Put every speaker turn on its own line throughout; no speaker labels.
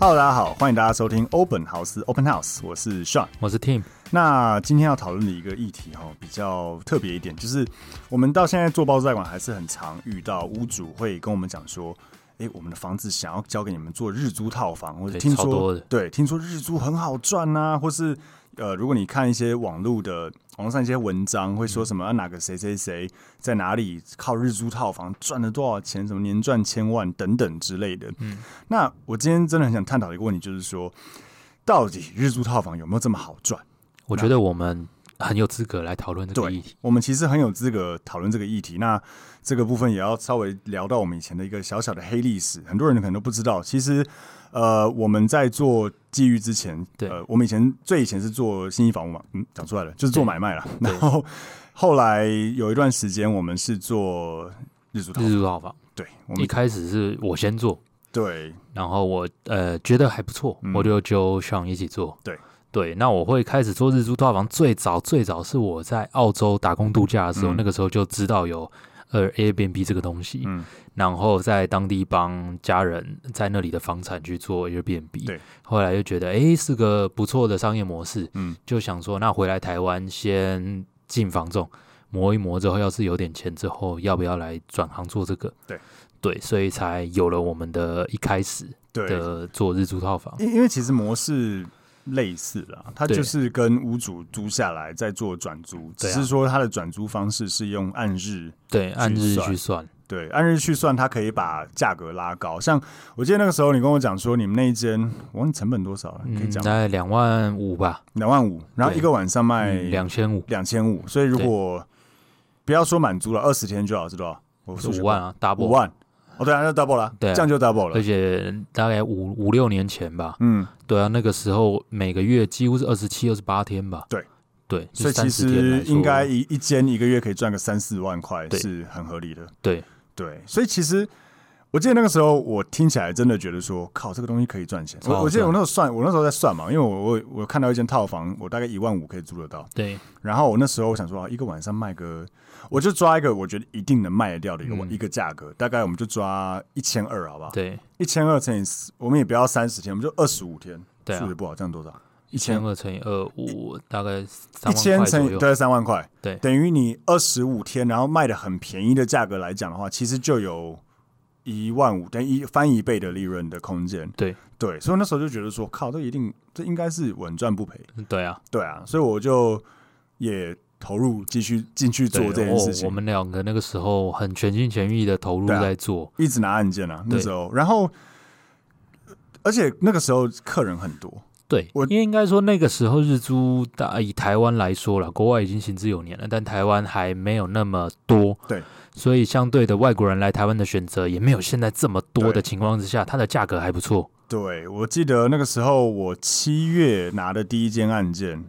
Hello，大家好，欢迎大家收听 Open House Open House，我是 Sean。
我是 Tim，
那今天要讨论的一个议题哦，比较特别一点，就是我们到现在做包租代管还是很常遇到屋主会跟我们讲说，诶，我们的房子想要交给你们做日租套房，或者
对
听
超多
说
的
对，听说日租很好赚啊，或是呃，如果你看一些网络的网络上一些文章，会说什么、啊、哪个谁谁谁在哪里靠日租套房赚了多少钱，什么年赚千万等等之类的。嗯，那我今天真的很想探讨一个问题，就是说，到底日租套房有没有这么好赚？
我觉得我们很有资格来讨论这个议
对
题。，
我们其实很有资格讨论这个议题。那这个部分也要稍微聊到我们以前的一个小小的黑历史，很多人可能都不知道。其实，呃，我们在做寄遇之前，
对
呃，我们以前最以前是做新意房屋嘛，嗯，讲出来了，就是做
对
买卖 了。
对
然后后来有一段时间，我们是做日租套
日
房，
租套房
对，我
一
们
开始是我先做，
对
然后我呃觉得还不错，
嗯
我就揪上一起做。
对
对，那我会开始做日租套房，最早最早是我在澳洲打工度假的时
嗯
候，那个时候就知道有呃 Airbnb 这个东西，
嗯
然后在当地帮家人在那里的房产去做 Airbnb。
对，
后来就觉得诶是个不错的商业模式，
嗯，
就想说那回来台湾先进房仲磨一磨之后，要是有点钱之后，要不要来转行做这个？
对
对，所以才有了我们的一开始
对，嗯
的做日租套房。
因因为其实模式类似啦，它
对
就是跟屋主租下来再做转租，只
对啊
是说它的转租方式是用按日。
对，按日
算
去算，
对，按日去算，它可以把价格拉高。像我记得那个时候，你跟我讲说，你们那一间，我忘记成本多少了，你可以
嗯，
讲
大概两万五吧，
两万五，然后一个晚上卖
嗯，两千五，
两千五，所以如果不要说满足了，二十天就好是多少？我数学
五万啊，double
五，万，哦对啊，那 double 了，
对啊
这样就 double
而
了，
且大概五五六年前吧，
嗯，
对啊，那个时候每个月几乎是二十七、二十八天吧。
对
对，
所
就
以其
30天来
实
说
应该一一间一个月可以赚个三四万块
对
是很合理的，
对
对，所以其实我记得那个时候，我听起来真的觉得说，靠，这个东西可以赚钱。
超
我
好
我记得我那时候算，我那时候在算嘛，因为我我我看到一间套房，我大概一万五可以租得到。
对
然后我那时候我想说，啊一个晚上卖个，我就抓一个我觉得一定能卖得掉的一个、
嗯
一个价格，大概我们就抓一千二，好不好？
对
一千二乘以四，我们也不要三十天，我们就二十五天。
对啊
数学不好，这样多少？
一千二乘以二五，大概
一
三万
千
块
乘
左
以
右。
对三万块，
对
等于你二十五天，然后卖的很便宜的价格来讲的话，其实就有一万五，等于一翻一倍的利润的空间。
对
对，所以我那时候就觉得说，靠，这一定这应该是稳赚不赔。
对啊，
对啊，所以我就也投入继续进去做
对
这件
我
事情，
我们两个那个时候很全心全意的投入
对啊
在做，
一直拿案件啊，那
对
时候，然后而且那个时候客人很多，
对，
我
因为应该说那个时候日租大以台湾来说了，国外已经行之有年了，但台湾还没有那么多。
对，
所以相对的外国人来台湾的选择也没有现在这么多
对
的情况之下，它的价格还不错。
对，我记得那个时候我七月拿的第一件案件，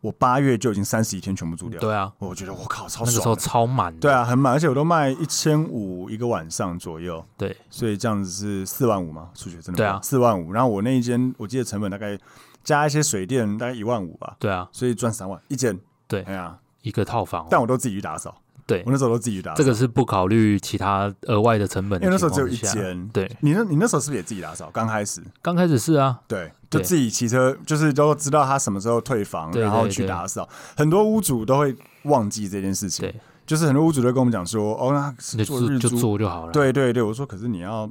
我八月就已经三十一天全部租掉。
对，啊，
我觉得我靠，超
那个时候
爽的。
超满的。
对啊，很满，而且我都卖一千五一个晚上左右，
对
所以这样子是四万五嘛？数学真的
对啊
四万五。然后我那一间，我记得成本大概加一些水电，大概一万五吧，
对啊，
所以赚三万一间。
对
哎呀，
一个套房哦、
但我都自己去打扫，
对
我，那时候都自己去打扫，
这个是不考虑其他额外的成本
因为那时
的情
候只有
况
一
之下。
间。
对，
你那，你那时候是不是也自己打扫？刚开始，
刚开始是啊，
对，就
对
自己骑车，就是都知道他什么时候退房，
对
然后
对
去
对
打扫。很多屋主都会忘记这件事情，
对，
就是很多屋主都跟我们讲说，哦，那是
你
做
就
日
就
租
做就好了。
对对对，我说可是你要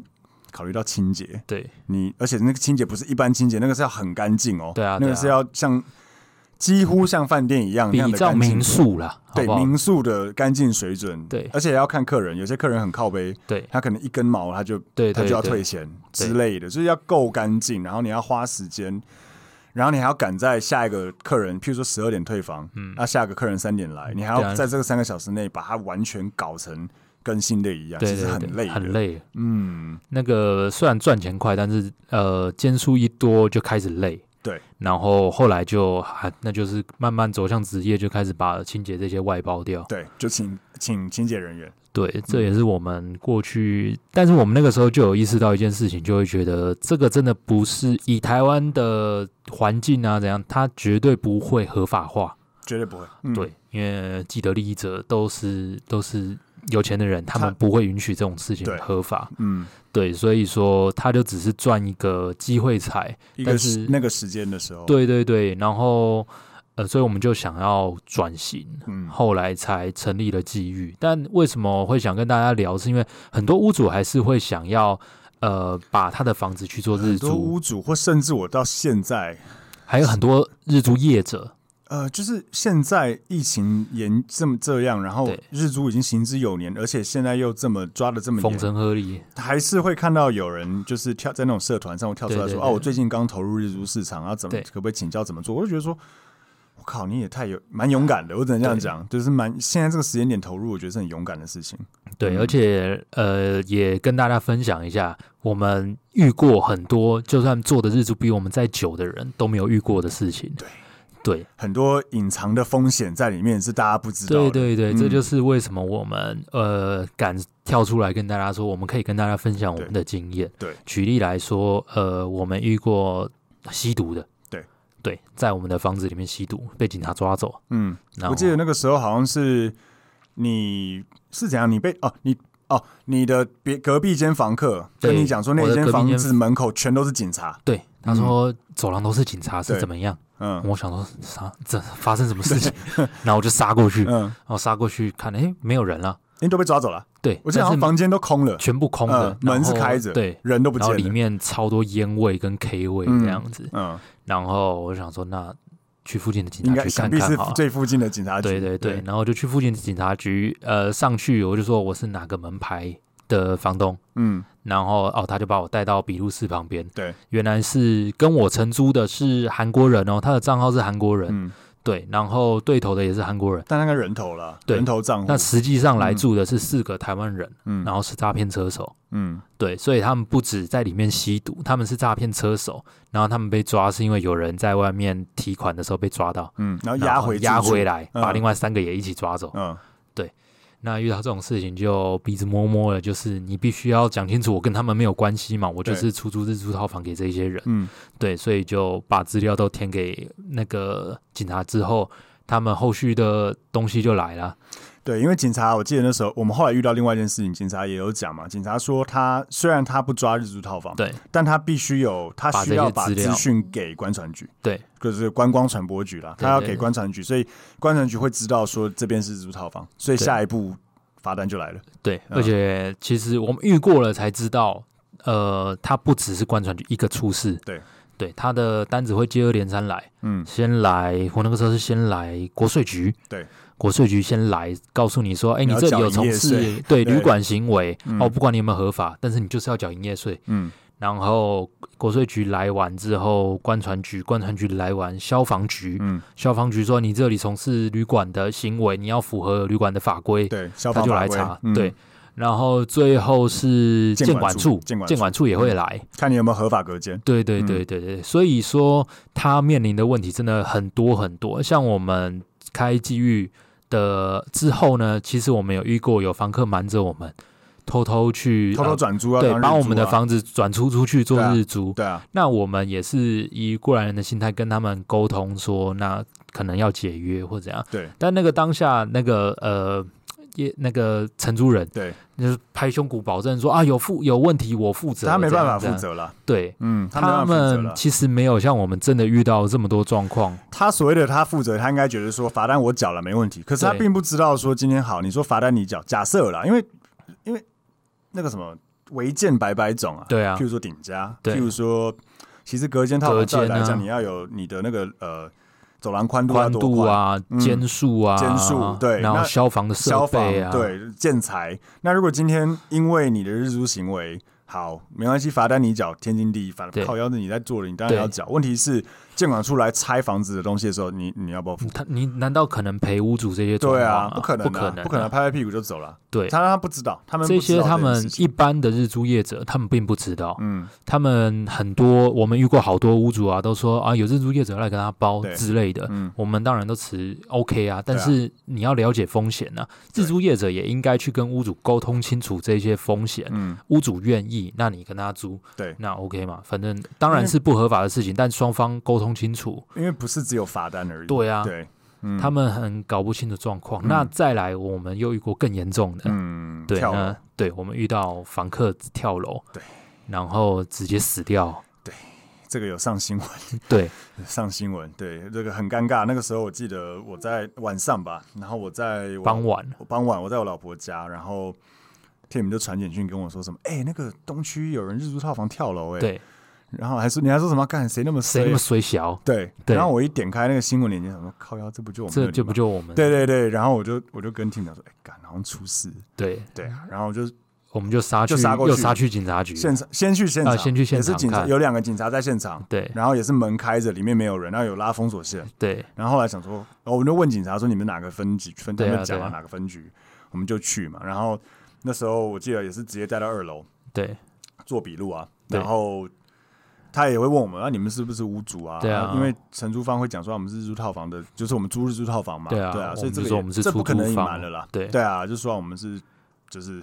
考虑到清洁，
对
你而且那个清洁不是一般清洁，那个是要很干净哦。
对啊
那
对
个
啊
是要像几乎像饭店一样那样
比
的
照
干净
民宿啦，好
对
不好？
民宿的干净水准。
对
而且要看客人，有些客人很靠背，
对
他可能一根毛他就
对
他
对
就要
对
退钱
对
之类的，就是要够干净，然后你要花时间。然后你还要赶在下一个客人，譬如说十二点退房，嗯，那下一个客人三点来，你还
对
要
啊
在这个三个小时内把它完全搞成跟新的一样，
对
其实
对
很
对，
累，
很。累。
嗯，
那个虽然赚钱快，但是呃，间数一多就开始累。
对，
然后后来就还、那就是慢慢走向职业，就开始把清洁这些外包掉。
对，就请请清洁人员。
对，
嗯
这也是我们过去，但是我们那个时候就有意识到一件事情，就会觉得这个真的不是以台湾的环境啊怎样，它绝对不会合法化。
绝对不会，嗯、
对，因为既得利益者都是都是有钱的人，他
他
们不会允许这种事情
对
合法。
嗯，
对，所以说他就只是赚一个机会财。
一
但
个
是
时那个时间的时候，，
对对对，然后呃，所以我们就想要转型，
嗯，
后来才成立了际遇。但为什么会想跟大家聊？是因为很多屋主还是会想要呃把他的房子去做日
很多
租，
屋主或甚至我到现在，
还有很多日租业者，
呃，就是现在疫情严这么这样，然后
对
日租已经行之有年，而且现在又这么抓的这么
风
严，
声鹤唳。
还是会看到有人就是跳在那种社团上会跳出来说，
对对
哦，
对
我最近刚投入日租市场，啊，怎么
对
可不可以请教怎么做？我就觉得说。我靠，你也太有蛮勇敢的，我只能这样
对
讲，就是蛮现在这个时间点投入，我觉得是很勇敢的事情。
对，
嗯
而且呃，也跟大家分享一下，我们遇过很多，就算做的日租比我们再久的人都没有遇过的事情。
对
对
很多隐藏的风险在里面是大家不知道
对
的。
对对，这
嗯
就是为什么我们呃敢跳出来跟大家说，我们可以跟大家分享我们
对
的经验。
对
举例来说，呃，我们遇过吸毒的，
对
对，在我们的房子里面吸毒，被警察抓走。
嗯，
然后
我记得那个时候好像是你是怎样，你被哦你哦你的别隔壁间房客跟
对
你讲说那
我的
间
隔壁
房
间
子门口全都是警察，
对他
嗯
说走廊都是警察是
对
怎么样？
嗯
我想说啥？这发生什么事情？ 然后我就杀过去，
嗯，
然后杀过去看，哎，没有人了。
因为都被抓走了，
对，
我记得好像
但是
房间都空了，
全部空的
嗯，门是
然后
开着
对，
人都不
然后
见
里
了，
面超多烟味跟 K 味
嗯
这样子。
嗯，
然后我就想说，那去附近的警
应该
察局
想
看
必
看
是
好了。
最附近的警察局，
对对对，，然后就去附近的警察局，呃，上去我就说我是哪个门牌的房东，
嗯，
然后哦，他就把我带到笔录室旁边。
对，
原来是跟我承租的是韩国人哦，他的账号是韩国人，
嗯，
对，然后对头的也是韩国人。
但那个人头了，
对
人头账户
那，实际上来
嗯
住的是四个台湾人，
嗯
然后是诈骗车手，
嗯，
对，所以他们不止在里面吸毒，他们是诈骗车手，然后他们被抓是因为有人在外面提款的时候被抓到，
嗯，然后
然
押
后
回
押
自助
回，来，
嗯
把另外三个也一起抓走。
嗯，
那遇到这种事情就鼻子摸摸了，就是你必须要讲清楚，我跟他们没有关系嘛，我就
对
是出租日租套房给这些人，
嗯
对，所以就把资料都填给那个警察之后，他们后续的东西就来了，
对，因为警察，我记得那时候我们后来遇到另外一件事情，警察也有讲嘛。警察说他虽然他不抓日租套房，
对
但他必须有他
把
需
这
要
些
把
资
资
料
讯给观传局，
对，
就是观光传播局啦，
对
他要
对
给
对
观传局，所以观传局会知道说这边是日租套房，所以
对
下一步罚单就来了。
对，
嗯
而且其实我们遇过了才知道，呃，他不只是官船局一个出事，
对，
对，他的单子会接二连三来，
嗯，
先来，我那个时候是先来国税局，
对，
国税局先来告诉你说，哎，
你
你
要
这里
缴
有
营
从
业
事
税
对
对
旅馆行为，
嗯
哦，不管你有没有合法，但是你就是要缴营业税。
嗯，
然后国税局来完之后，官船局，官船局来完，消防局，
嗯，
消防局说你这里从事旅馆的行为，你要符合旅馆的法规，
对，消
他
防
就
法
来
规
查，
嗯
对。然后最后是
监
监
管
管
处嗯
处，
监管
监管处也会来，
看你有没有合法隔间。
对对对对对，所以说他面临的问题真的很多很多。像我们开机遇的之后呢，其实我们有遇过有房客瞒着我们，偷偷去
偷偷、
呃
转租啊，
对，
当
把
日
我
租
们的
啊，
房子转出出去做
对啊
日租。
对啊，
那我们也是以过来人的心态跟他们沟通说，那可能要解约或怎样。
对
但那个当下那个呃。也那个承租人
对，
就是拍胸脯保证说啊有负有问题我负责，
他没办法
这样
负，
这样
责了，
对，啊
嗯，他没
他
办法负责
们
了。
其实没有像我们真的遇到这么多状况，
他所谓的他负责，他应该觉得说罚单我缴了没问题，可是他
对
并不知道说今天好，你说罚单你缴，假设啦，因为因为那个什么违建百百种啊，
对啊
譬如说顶加，
对
譬如说其实隔间套
隔
房
间
照
啊
理来讲，你要有你的那个呃走廊宽度要
宽
多
度
宽，
啊、
嗯
间数啊、
间数对
然后
那
消防的设
消防
备啊，，
对建材。那如果今天因为你的日租行为，好，没关系，罚单你缴，天经地义，反
对
正靠腰子你在做了，你当然
对
要缴。问题是监管处来拆房子的东西的时候，你你要不要付？
嗯他你难道可能赔屋主这些装潢
对
啊
啊，？不可能、啊，
不可能啊，
不可能拍拍屁股就走了。
对，
他他不知道，他们不
这
知道
些他
件
们
事情
一般的日租业者，他们并不知道。
嗯，
他们很多我们遇过好多屋主啊，都说啊有日租业者来跟他包
对
之类的。
嗯
我们当然都持 OK 啊，但
对啊
是你要了解风险呢、啊，
对
日租业者也应该去跟屋主沟通清楚这些风险。
嗯，
屋主愿意，那你跟他租，
对，
那 OK 嘛？反正当然是不合法的事情，但双方沟通清楚。
因为不是只有罚单而已。
对啊，
对，嗯，
他们很搞不清楚状况。那再来，我们又遇过更严重的，
嗯
对，
跳楼
那对我们遇到房客跳楼，
对，
然后直接死掉，
这个有上新闻，
对，
上新闻，对，这个很尴尬。那个时候我记得我在晚上吧，然后我在我
傍晚，
我傍晚我在我老婆家，然后 Tim 就传简讯跟我说什么，哎、那个东区有人日租套房跳楼、哎，，
对，
然后还说你还说什么干谁那么
谁那么
衰
水小？
对，
对
然后我一点开那个新闻链接，想说靠腰，这不就我们
这就不
就
就我们
对对对，然后我就我就跟 Tim 讲说，哎、干好像出事，
对，
对啊，然后就
我们就杀去
就杀过去
又杀去警察局，
现场先去现场，
啊先去现
也
场
是警察，
看
有两个警察在现场，
对
然后也是门开着，里面没有人，然后有拉封锁线。
对
然后后来想说，哦，我们就问警察说你们哪个分局分，他
对啊
们讲到
对啊
哪个分局，我们就去嘛。然后那时候我记得也是直接带到二楼
对
做笔录啊，
对
然后他也会问我们，啊，你们是不是屋主啊？
对啊
因为承租方会讲说我们是日租套房的，就是我们租日租套房嘛，
对啊
所以这
我们就
个
说
也
我们是
这不
出
可能
租
隐
房
瞒了啦，
对
对啊，就说我们是就是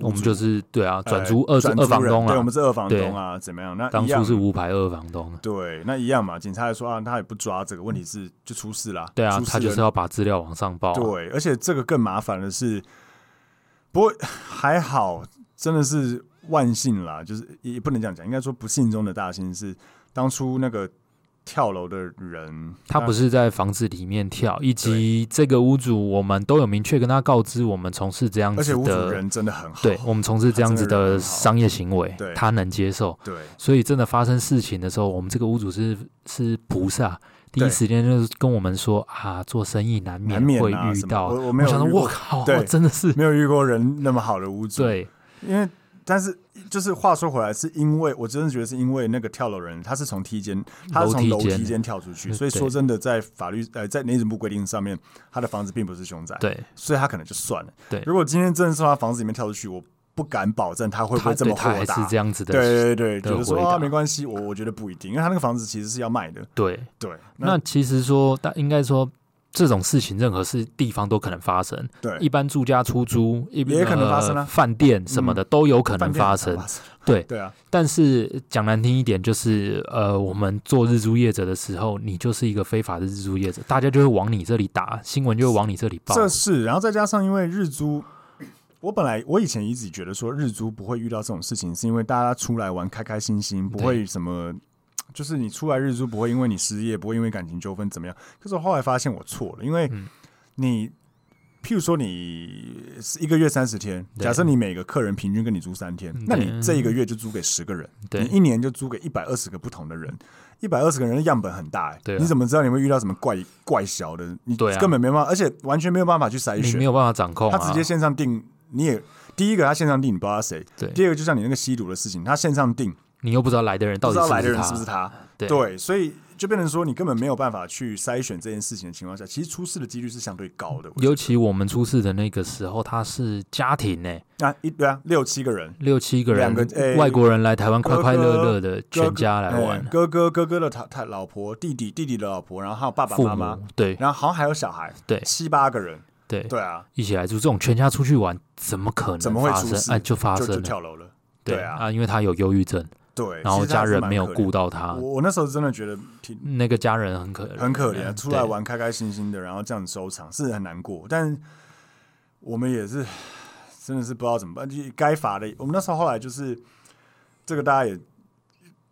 我们
屋主
就是对啊，转
呃
租二
转
二房
人
东
对，我
啊
们，是二房东啊，怎么样？那
当
一样
初是无牌二房东啊，
对，那一样嘛。警察也说啊，他也不抓这个问题是就出事啦，
对啊
出，事
他就
了
是要把资料往上报啊，
对，而且这个更麻烦的是，不过还好，真的是万幸啦，就是也也不能这样讲，应该说不幸中的大幸是当初那个跳楼的人，
他不是在房子里面跳，以及这个屋主，我们都有明确跟他告知，我们从事这样
而且
子
屋主
的，
人真的很好，
对我们从事这样子
他真的人
的
很好
商业行为
对，
他能接受。
对
所以真的发生事情的时候，我们这个屋主是是菩萨，第一
对
时间就是跟我们说啊，做生意难免
难免
会
啊
遇
什么
到。
我我没有
想
遇
说，
过
我靠，
对
我真的是
没有遇过人那么好的屋主，，
对
因为但是就是话说回来，是因为我真的觉得是因为那个跳楼人他是从梯间，他是从
楼
楼
梯间嗯
梯间跳出去，所以
对
说真的在法律呃在内政部规定上面，他的房子并不是凶宅，
对
所以他可能就算了。
对
如果今天真的是从他房子里面跳出去，我不敢保证他会不
他
会这
对
么
他
豁
还是
达
这。样子的，
对对对，
的
就是说
回答
啊，没关系，我我觉得不一定，因为他那个房子其实是要卖的。
对
对，
那其实说，但应该说。这种事情，任何事地方都可能发生。
对
一般住家出租，一
也可能
呃
发生啊
饭店什么的都有可能
饭店
发生。对
对啊，
但是讲难听一点，就是呃，我们做日租业者的时候，你就是一个非法的日租业者，大家就会往你这里打，新闻就会往你这里报。
这是，然后再加上因为日租。我本来我以前一直觉得说日租不会遇到这种事情，是因为大家出来玩开开心心，不会什么，就是你出来日租不会因为你失业，不会因为感情纠纷怎么样。可是我后来发现我错了，因为
嗯
你，譬如说你是一个月三十天，
对
假设你每个客人平均跟你租三天
嗯，
那
对
你这一个月就租给十个人，
对
你一年就租给一百二十个不同的人，一百二十个人的样本很大、欸，
对啊
你怎么知道你会遇到什么怪怪小的？你
对啊
根本没办法，而且完全没有办法去筛
你
选，
没有办法掌控、啊。
他直接线上定，你也第一个他线上定，你不知道他谁；第
对，
二个就像你那个吸毒的事情，他线上定，
你又不知道来的人
不
到
知
底
道
是
来
不
的
是
人
他，
是不是他，
对
对，所以就变成说你根本没有办法去筛选这件事情的情况下，其实出事的几率是相对高的。我觉
尤其我们出事的那个时候，他是家庭呢、
得啊，一对啊，六七个人，
六七个人，
两个诶
外国人来台湾，
哥
快
哥
快乐乐的
哥
全家来
哎
玩，
哥哥哥哥的他他老婆，弟弟弟弟的老婆，然后还有爸爸
父
妈妈
母，对
然后好像还有小孩，
对
七八个人，
对
对啊，
一起来住，这种全家出去玩，怎么可能
怎么会
发
出事
生？哎，就发
就就
生了，
跳楼了。
对
对啊
因为他有忧郁症，
对，
然后
其实还
家
是
人
蛮
没有
可怜
顾
的。
到他，
我我那时候真的觉得挺
那个家人很可怜，
很可怜，出来
对
玩开开心心的，然后这样子收场是很难过，但我们也是真的是不知道怎么办，就该罚的。我们那时候后来就是这个大家也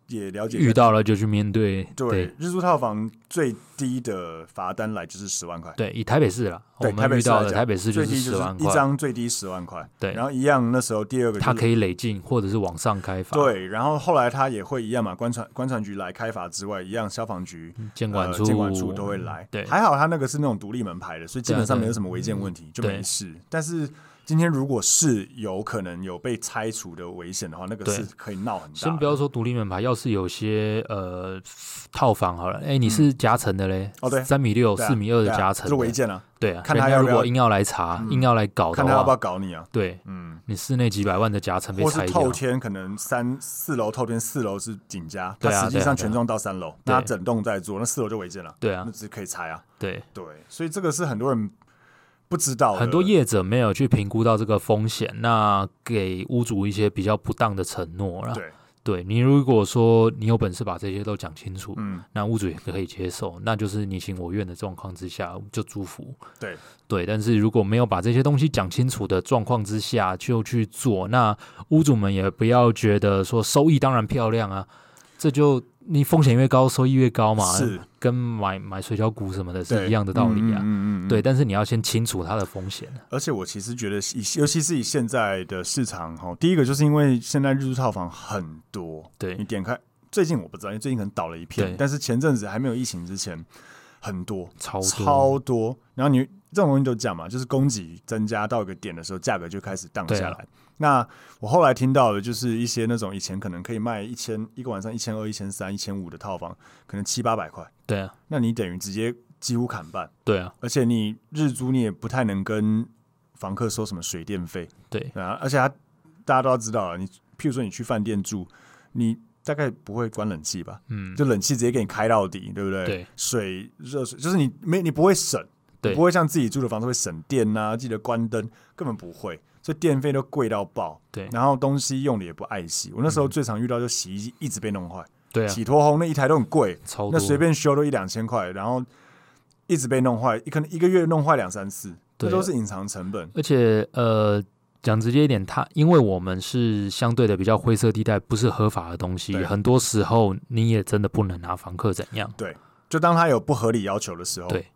也了解，
遇到了就去面对，
对日租套房最低的罚单来就是十万块，
对，以台北市啦，
对
我
台北
们
市
遇到
来
的
讲
台北市
最
就
低就是
十万
一
块，
张最低十万块，
对
然后一样那时候第二个
它
就是
可以累进或者是往上开发。，
对，然后后来他也会一样嘛，官船官船局来开罚之外，一样消防局、
监管处、嗯
呃、监管处都会来。
对
还好他那个是那种独立门牌的，所以基本上
对对
没有什么违建问题，就没事。但是今天如果是有可能有被拆除的危险的话，那个
对
是可以闹很大的。
先不要说独立门牌，要是有些呃套房好了，哎，你是夹层的嘞，
嗯哦对
三米六、
对啊
四米二
对
的
啊
夹层
这是违
的，
建啊，
对啊，
看
人
他
家
要不
如果
要
硬要来查，硬要来搞的
看他要不要
话，
搞你啊。
对
嗯，
你室内几百万的夹层被
或
拆
是
掉
透，天可能三四楼透天四楼是景家，
对
它
啊
实际
对啊
上
对啊
权重到三楼，那它
对
整栋在做，那四楼就违建了，
对啊
那，只可以拆啊。
对，
对，所以这个是很多人不知道的，
很多业者没有去评估到这个风险，那给屋主一些比较不当的承诺啦。
对，
对你如果说你有本事把这些都讲清楚，
嗯，
那屋主也可以接受，那就是你情我愿的状况之下就祝福。
对
对，但是如果没有把这些东西讲清楚的状况之下就去做，那屋主们也不要觉得说收益当然漂亮啊，这就你风险越高，收益越高嘛，
是
跟买买水饺股什么的
对
是一样的道理啊。
嗯嗯嗯嗯
对，但是你要先清楚它的风险啊。
而且我其实觉得以，尤其是以现在的市场哈，第一个就是因为现在日租套房很多，你
对
点开最近我不知道，因为最近可能倒了一片
对，
但是前阵子还没有疫情之前很多
超多
超多，然后你这种东西就讲嘛，就是供给增加到一个点的时候，价格就开始荡
对
下
啊
来。那我后来听到的就是一些那种以前可能可以卖一千一个晚上一千二、一千三、一千五的套房，可能七八百块，
对啊，
那你等于直接几乎砍半。
对啊，
而且你日租你也不太能跟房客收什么水电费，
对
对啊，而且他大家都要知道啊，你譬如说你去饭店住，你大概不会关冷气吧？
嗯，
就冷气直接给你开到底，对不对？
对，
水热水就是你没你不会省，
对
你不会像自己住的房子会省电呐、记得关灯，根本不会，所以电费都贵到爆。
对嗯
然后东西用的也不爱惜，我那时候最常遇到就洗衣机一直被弄坏，
对啊，
洗脱烘那一台都很贵，
超多
那随便修都一两千块，然后一直被弄坏，可能一个月弄坏两三次，这
对啊
都是隐藏成本。
而且呃，讲直接一点，它因为我们是相对的比较灰色地带，不是合法的东西
对，
很多时候你也真的不能拿房客怎样。
就当他有不合理要求的时候，
对，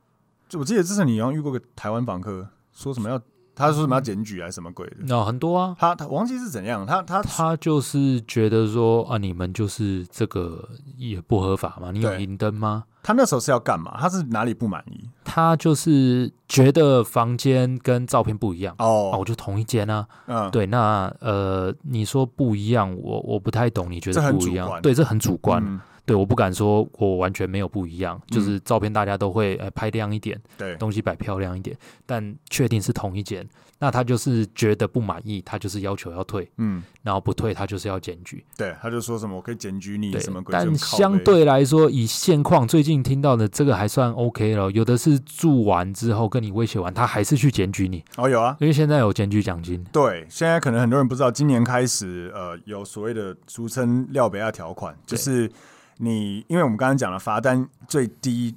就我记得之前你好像遇过个台湾房客，说什么要他说什么要检举还是什么鬼的，
那、很多啊，
他他忘记是怎样，他他
他就是觉得说啊，你们就是这个也不合法嘛，你有
对
银灯吗？
他那时候是要干嘛？他是哪里不满意？
他就是觉得房间跟照片不一样。啊，
哦
我，就同一间啊，
嗯，，
对，那呃，你说不一样，我我不太懂，你觉
这
得
很
不
主
一样？
观
对，这很主观，
嗯、
对，我不敢说我完全没有不一样，就是照片大家都会呃拍亮一点，
对，
东西摆漂亮一点，但确定是同一间，那他就是觉得不满意，他就是要求要退，
嗯，
然后不退他就是要检举。
对，他就说什么我可以检举你
对
什么，鬼，
但
这种靠背
相对来说，以现况最近听到的这个还算 OK 了，有的是住完之后跟你威胁完，他还是去检举你，
哦有啊，
因为现在有检举奖金。
对，现在可能很多人不知道，今年开始，呃，有所谓的俗称“廖北亚条款”，就
对
是你，因为我们刚刚讲了，罚单最低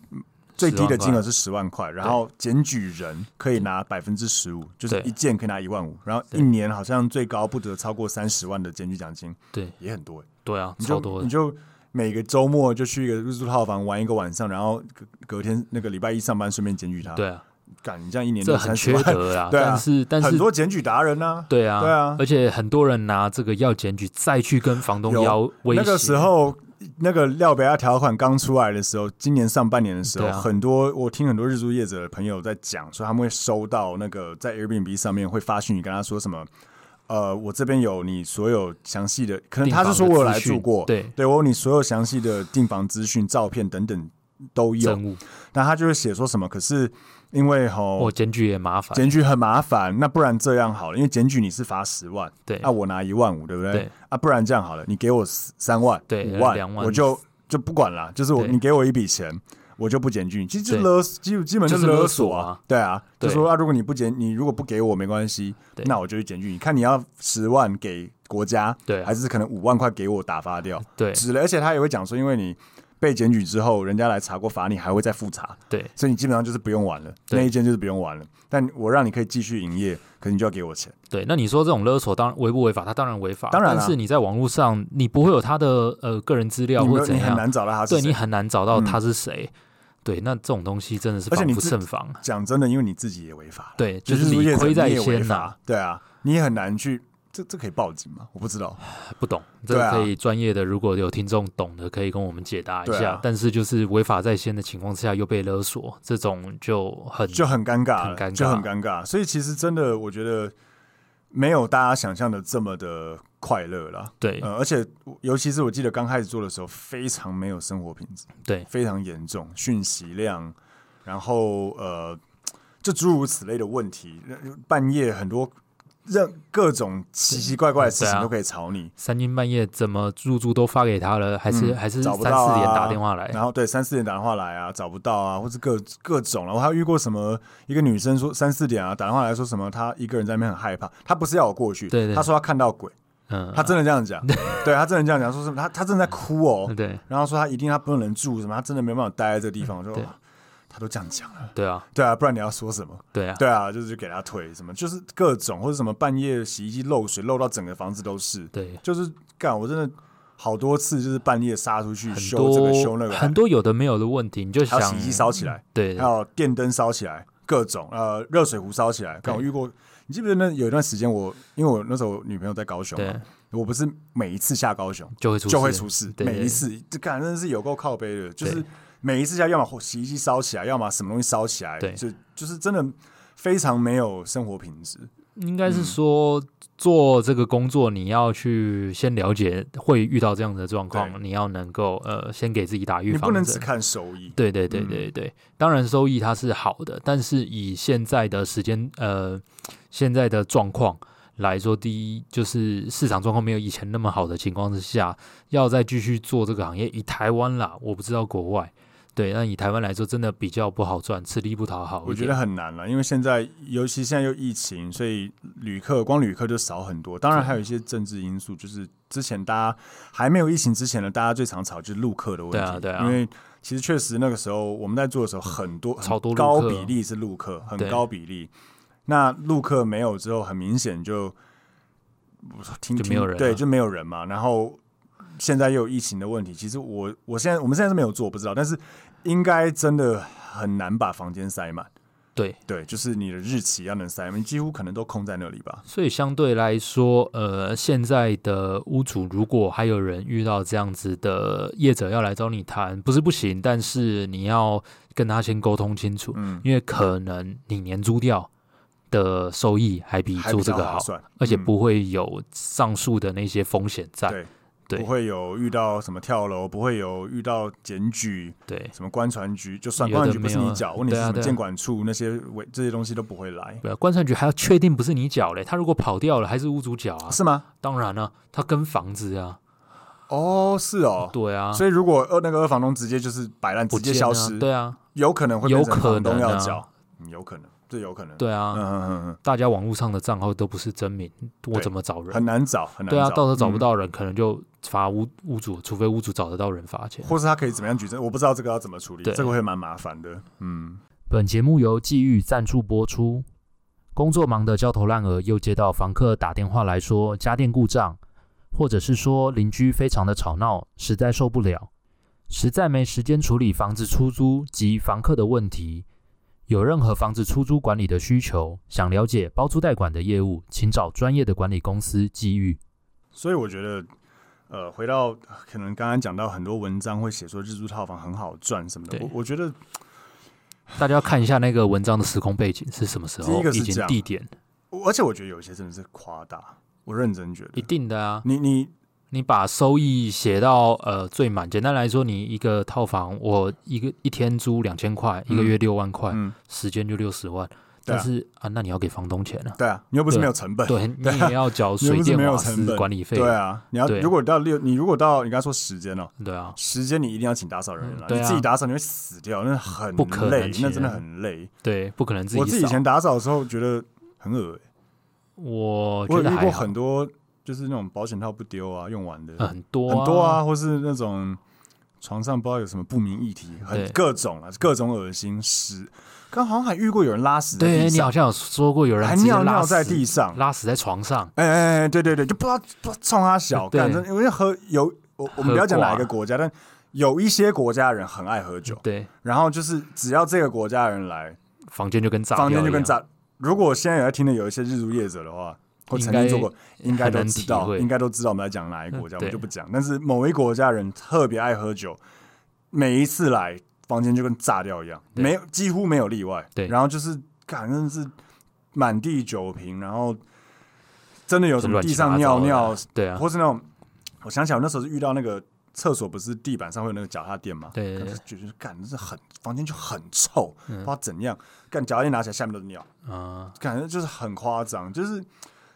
最低的金额是十万块，然后检举人可以拿百分之十五，就是
对
一件可以拿一万五，然后一
对
年好像最高不得超过三十万的检举奖金，
对
也很多欸、
对啊，
你就
超多
你
的。
就每个周末就去一个入住套房玩一个晚上，然后隔隔天那个礼拜一上班顺便检举他，
对，啊，
干你这样一年
这
就
很
三十
缺
万，
德 啦。
对啊
但是但
很
是
多检举达人呢、
对啊，
对啊
而且很多人拿这个要检举，再去跟房东
有
要威胁。
那个时，候，那个廖北亚条款刚出来的时候，今年上半年的时候，
对啊
很多我听很多日租业者的朋友在讲，说他们会收到那个在 Airbnb 上面会发讯，你跟他说什么？呃，我这边有你所有详细的，可能他是说我有来住过，
对，
对我有你所有详细的订房资讯、照片等等都有
证，物，
那他就会写说什么？可是因为吼
我哦检举也麻烦。
检举很麻烦，那不然这样好了，因为检举你是罚十万，
对
啊，我拿一万五，对不对？
对
啊，不然这样好了，你给我三万、
对
五万，
两万
我就就不管了，就是我
对
你给我一笔钱，我就不检举你，其实就
对
勒基基本
就是
勒
勒
索
索
啊
啊，
对啊，就
对
说啊，如果你不检，你如果不给我没关系，
对
那我就去检举你，看你要十万给国家，
对啊
还是可能五万块给我打发掉
对
之类，而且他也会讲说，因为你。被检举之后，人家来查过罚你，还会再复查，
对
所以你基本上就是不用玩了，
对
那一间就是不用玩了。但我让你可以继续营业，可你就要给我钱。
对，那你说这种勒索当然违不违法？他当然违法，
当然啊
但是你在网络上你不会有他的呃个人资料
你没
或
有
怎
你很
样，
难找到他是
对
谁。
你很难找到
嗯
他是谁。对，那这种东西真的是
而且
防
你
不
自
胜防。
讲真的，因为你自己也违法了，
对，
就是入
理
业者
亏在
你也违
先呐、
法，对啊，你也很难去。这这可以报警吗？我不知道。
不懂，这
对
个
啊
可以专业的，如果有听众懂的，可以跟我们解答一
对
下。
啊
但是就是违法在先的情况之下又被勒索，这种就很
就很尴尬了，
很尴尬
就很尴尬。所以其实真的，我觉得没有大家想象的这么的快乐啦。
对
呃，而且尤其是我记得刚开始做的时候，非常没有生活品质，
对
非常严重，讯息量，然后呃，就诸如此类的问题，半夜很多任各种奇奇怪怪的事
对
情
啊
都可以吵你，
三更半夜怎么入住都发给他了，还是、
嗯
还是三
找
四
不到啊
点打电话来，
然后对三四点打电话来啊，找不到啊，或是各各种了。我还有遇过什么一个女生说三四点啊打电话来说什么，她一个人在那边很害怕，她不是要我过去，
对对
她说她看到鬼，
嗯，
她真的这样讲， 对她真的这样讲，说什么她她真的在哭哦，
对
然后说她一定她不能住什么，她真的没办法待在这个地方，我说
对
哇她都这样讲了，
对啊，
对啊，不然你要说什么？
对啊，
对啊，就是给她推什么，就是各种或者什么半夜洗衣机漏水漏到整个房子都是，
对，
就是干我真的。好多次就是半夜杀出去
很
修这个修
多
那个，
很多有的没有的问题，你就
还
想
有洗衣机烧起来，
对
还有电灯烧起来，各种呃热水壶烧起来。刚我遇过，你记不记得那有一段时间我，因为我那时候女朋友在高雄嘛，
对
我不是每一次下高雄
就会出
就会出事，
对
每一次这干真的是有够靠背的，就是
对
每一次下要么洗衣机烧起来，要么什么东西烧起来，
对
就就是真的非常没有生活品质。
应该是
嗯
说做这个工作，你要去先了解会遇到这样的状
对
况，你要能够呃先给自己打预
你
防针。
不能只看收益，
对对对对对，当然收益它是好的，但是以现在的时间呃现在的状况来说，第一就是市场状况没有以前那么好的情况之下，要再继续做这个行业，以台湾啦，我不知道国外。对，那以台湾来说，真的比较不好赚，吃力不讨好一点。
我觉得很难了，因为现在尤其现在又疫情，所以旅客光旅客就少很多。当然还有一些政治因素，就是之前大家还没有疫情之前呢，大家最常吵就是陆客的问题。
对啊对啊
因为其实确实那个时候我们在做的时候，很多
超多
很
陆
高
客
比例是陆客，很
对
高比例。那陆客没有之后，很明显就我说听
就
听
没有人
对，
了
就没有人嘛。然后现在又有疫情的问题，其实我我现在我们现在是没有做，不知道，但是应该真的很难把房间塞满。
对，
对，就是你的日期要能塞满，你几乎可能都空在那里吧。
所以相对来说，呃，现在的屋主如果还有人遇到这样子的业者要来找你谈，不是不行，但是你要跟他先沟通清楚，
嗯，
因为可能你年租掉的收益还比
还
租
比
这
较
个
划
好，
算，
而且
嗯
不会有上述的那些风险在。
对
对
不会有遇到什么跳楼，不会有遇到检举，
对
什么关船局，就算
有的
关船局不是
没有
你缴，问题是
对啊
什么
对啊
监管处那些违这些东西都不会来，
对啊，观察局还要确定不是你缴嘞，他如果跑掉了还是屋主缴啊？
是吗？
当然了、他跟房子啊，
哦，是哦。
对啊，
所以如果二那个二房东直接就是摆烂，
不
直接
见
消
啊
失，
对啊，
有可能会变
有
成
可
房东
能
要
啊
缴，嗯有可能，这有可能。
对啊，
嗯，嗯嗯
大家网络上的账号都不是真名，我
对
怎么找
嗯，很
人？
难找，很难
对啊，到时候找
嗯
不到人，可能就罚屋屋主，除非屋主找得到人罚钱。
或是他可以怎么样举证，我不知道这个要怎么处理，
对
这个会蛮麻烦的。嗯，
本节目由际遇赞助播出。工作忙得焦头烂额，又接到房客打电话来说家电故障，或者是说邻居非常的吵闹，实在受不了，实在没时间处理房子出租及房客的问题。有任何房子出租管理的需求，想了解包租代管的业务，请找专业的管理公司际遇。
所以我觉得，呃，回到可能刚刚讲到很多文章会写说日租套房很好赚什么的，
对
我我觉得
大家要看一下那个文章的时空背景是什么时
第一
候，
个是
以
这
及
样
地点，
我，而且我觉得有些真的是夸大，我认真觉
一
得，
定的啊。
你你
你把收益写到呃最满，简单来说，你一个套房，我一个一天租两千块，一个月六万块，
嗯，
时间就六十万。
对啊
但是啊，那你要给房东钱 啊，
对啊，你又不是
对
没有成本，
对你也要缴
你又
水
不是
电
没有
瓦
成
斯
本
管理费，
对啊，你要
对啊
如果到六，你如果到你刚才说时间哦。
对啊，
时间你一定要请打扫人员来，
嗯对啊
你自己打扫你会死掉，那很
不可能
累，那真的很累。
对，不可能自己
我自己以
扫
前打扫的时候觉得很恶
我
我
觉
有
得
遇
还
过
好
很多，就是那种保险套不丢啊，用完的、
呃很多
很多，啊，或是那种床上不知道有什么不明液体，很
对
各种啊，各种恶心屎。刚好像还遇过有人拉屎在
对
地
你
上，
好像有说过有人
还
直接
尿
拉
尿
屎
在地上。
拉屎在床上，
哎哎哎，对对对，就不知道不知道冲他小
对
干，真的因为喝有我我们不要讲哪一个国家，但有一些国家的人很爱喝酒，
对，
然后就是只要这个国家的人来，
房间就跟炸
房
掉
间
一
就跟
样，
炸。如果现在有在听的有一些日租业者的话，或曾经做过，应该都
很难
知
体
道，
会
应该都知道我们在讲哪一个国家，
嗯
我们
对
就不讲。但是某一国家人特别爱喝酒，每一次来房间就跟炸掉一样，
对
没有几乎没有例外。
对
然后就是反正是满地酒瓶，然后真的有什么地上尿尿，
对啊，
或是那种，我想起来我那时候是遇到那个厕所不是地板上会有那个脚踏垫嘛，
对嗯
可是觉得干这很房间就很臭，不知道怎样，干脚踏垫拿起来下面都是尿，
啊，
感觉就是很夸张，就是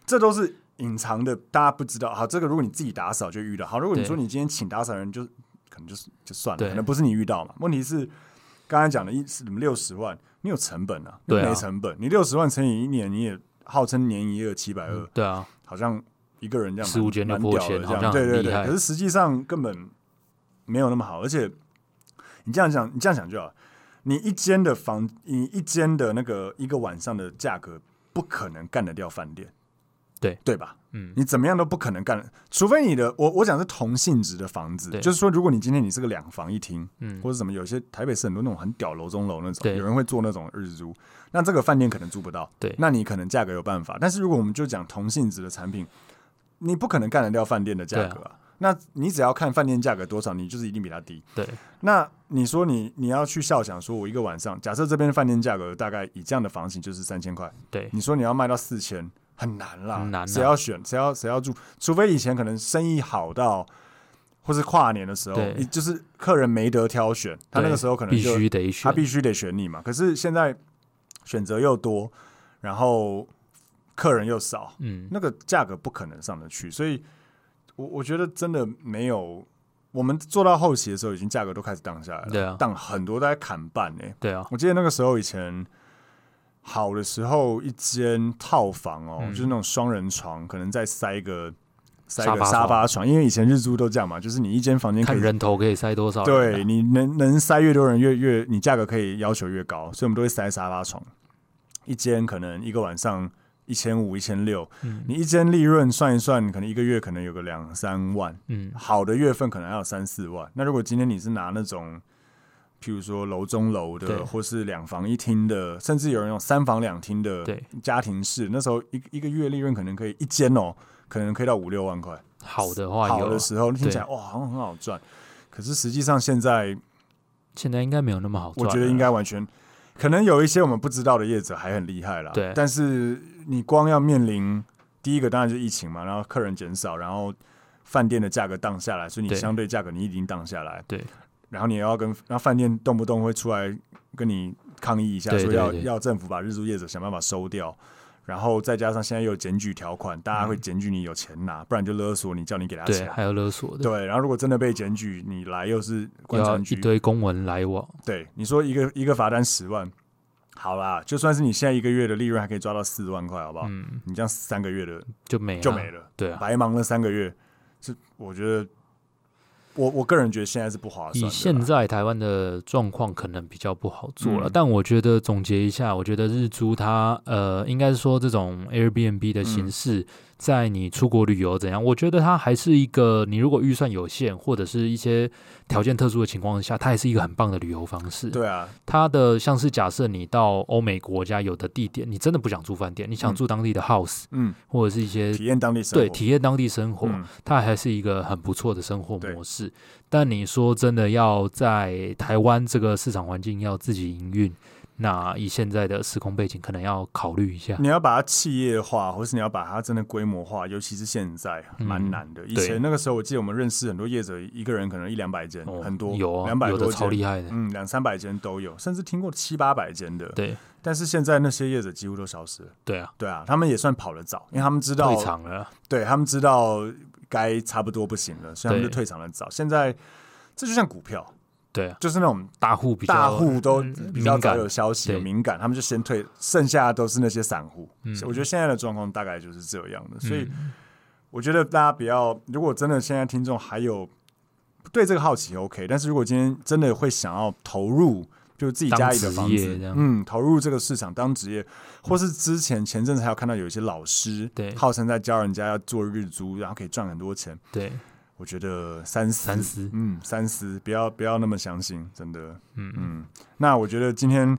这都是隐藏的，大家不知道。好，这个如果你自己打扫就遇到，好，如果你
对
说你今天请打扫人就，可能就是就算了，
对
可能不是你遇到嘛。问题是刚才讲的一什么六十万，你有成本啊，
对啊
没成本，你六十万乘以一年，你也号称年营业额七百二，
对啊，
好像一个人这样蛮
15间就
蛮
破
屌的
千
这
好
样
像
对
很
对
厉
对。
害
可是实际上根本没有那么好，而且你这样讲，你这样想就好了。你一间的房，你一间的那个一个晚上的价格，不可能干得掉饭店，
对
对吧？
嗯，
你怎么样都不可能干，除非你的我我讲是同性质的房子，
对
就是说，如果你今天你是个两房一厅，
嗯
或者什么，有些台北市很多那种很屌楼中楼那种，
对
有人会做那种日租，那这个饭店可能租不到，
对
那你可能价格有办法，但是如果我们就讲同性质的产品，你不可能干得掉饭店的价格
对
啊。那你只要看饭店价格多少，你就是一定比它低。
对，
那你说你你要去笑想，说我一个晚上，假设这边的饭店价格大概以这样的房型就是三千块，
对，
你说你要卖到四千，很难啦，
很难啊
谁要选，谁要谁要住？除非以前可能生意好到，或是跨年的时候
对，
你就是客人没得挑选，他那个时候可能
必
就
须得选，
他必须得选你嘛。可是现在选择又多，然后客人又少，
嗯，
那个价格不可能上得去，所以我我觉得真的没有。我们做到后期的时候，已经价格都开始荡下来了，
对啊
荡很多，大概砍半呢、
对啊，
我记得那个时候以前好的时候，一间套房哦，
嗯
就是那种双人床，可能再塞一个塞一
沙
个
发
沙
床
发床，因为以前日租都这样嘛，就是你一间房间可
看
以
人头可以塞多少人啊，
对，你能能塞越多人越越，你价格可以要求越高，所以我们都会塞沙发床，一间可能一个晚上一千五、一千六，
嗯
你一间利润算一算，可能一个月可能有个两三万，
嗯，
好的月份可能还有三四万。那如果今天你是拿那种，譬如说楼中楼
对
的，或是两房一厅的，甚至有人有三房两厅的
对
家庭式，那时候一一个月利润可能可以一间哦，可能可以到五六万块。
好的话
好
有
的
啊，
时候听起来
对
哇，好像很好赚，可是实际上现在
现在应该没有那么好赚啊
我
了，
觉得应该完全，可能有一些我们不知道的业者还很厉害啦。
对
但是你光要面临第一个当然就是疫情嘛，然后客人减少，然后饭店的价格荡下来，所以你
对
相对价格你已经荡下来。
对，
然后你也要跟然后饭店动不动会出来跟你抗议一下，
对
说
对
要
对
要政府把日租业者想办法收掉。然后再加上现在又有检举条款，大家会检举你有钱拿，不然就勒索你，叫你给他
嗯对，
钱。
还有勒索的，
啊对，然后如果真的被检举，你来又是
又
观察
要
局
一堆公文来往，
对，你说一个一个罚单十万，好啦，就算是你现在一个月的利润还可以抓到四万块，好不好？
嗯，
你这样三个月的
就没
啊就没
了，
了，
对啊，
白忙了三个月，是我觉得，我我个人觉得现在是不划算的
以
啦。
现在台湾的状况，可能比较不好做了。
嗯
但我觉得总结一下，我觉得日租它呃，应该是说这种 Airbnb 的形
嗯
式，在你出国旅游怎样，我觉得它还是一个你如果预算有限或者是一些条件特殊的情况下，它还是一个很棒的旅游方式。
对啊，
它的像是假设你到欧美国家有的地点，你真的不想住饭店，你想
嗯
住当地的 house、
嗯，
或者是一些
体验当地生活，
对体验当地生活。啊
嗯
它还是一个很不错的生活
对
模式。但你说真的要在台湾这个市场环境要自己营运，那以现在的时空背景，可能要考虑一下。
你要把它企业化，或是你要把它真的规模化，尤其是现在
嗯
蛮难的。以
对
前那个时候，我记得我们认识很多业者，一个人可能一两百间，
哦
很多
有啊，
两百
有
多
的
间，
超厉害的，
嗯，两三百间都有，甚至听过七八百间的。
对
但是现在那些业者几乎都消失了。
对啊，
对啊，他们也算跑得早，因为他们知道
退，场了，
对他们知道该差不多不行了，所以他们就
对
退场的早。现在这就像股票，
对啊，
就是那种
大户比较
大户都
嗯
比较
敏
早
感
有消息、
对
有敏感，他们就先退，剩下的都是那些散户。
嗯
我觉得现在的状况大概就是这样的，所以
嗯
我觉得大家不要，如果真的现在听众还有对这个好奇，OK，但是如果今天真的会想要投入，就是自己家里的房
当职业
子
这样，
嗯，投入这个市场当职业，或是之前前阵子还有看到有一些老师，
对
号称在教人家要做日租，然后可以赚很多钱。
对，
我觉得三思，
三思
嗯，三思，不要不要那么相信，真的，
嗯
嗯。那我觉得今天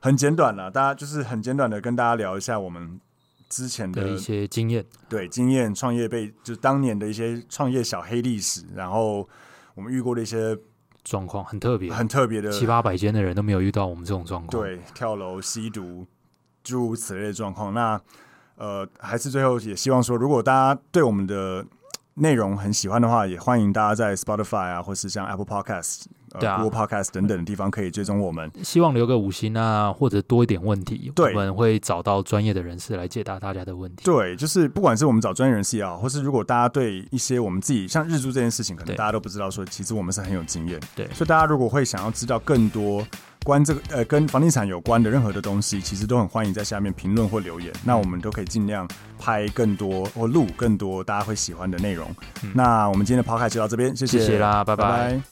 很简短了，大家就是很简短的跟大家聊一下我们之前
的
的
一些经验，
对经验、创业被就是当年的一些创业小黑历史，然后我们遇过的一些
状况很特别，
很特别的，
七八百间的人都没有遇到我们这种状况，
对跳楼、吸毒诸如此类的状况。那呃，还是最后也希望说，如果大家对我们的内容很喜欢的话，也欢迎大家在 Spotify 啊，或是像 Apple Podcast、
对
呃、
啊
Google Podcast 等等的地方可以追踪我们。
希望留个五星啊，或者多一点问题，我
对
们会找到专业的人士来解答大家的问题。
对，就是不管是我们找专业人士也好，或是如果大家对一些我们自己像日租这件事情，可能
对
大家都不知道说，其实我们是很有经验。
对
所以大家如果会想要知道更多关这个呃跟房地产有关的任何的东西，其实都很欢迎在下面评论或留
嗯
言。那我们都可以尽量拍更多或录更多大家会喜欢的内容。那我们今天的 podcast 就到这边，谢
嗯谢谢啦拜拜
拜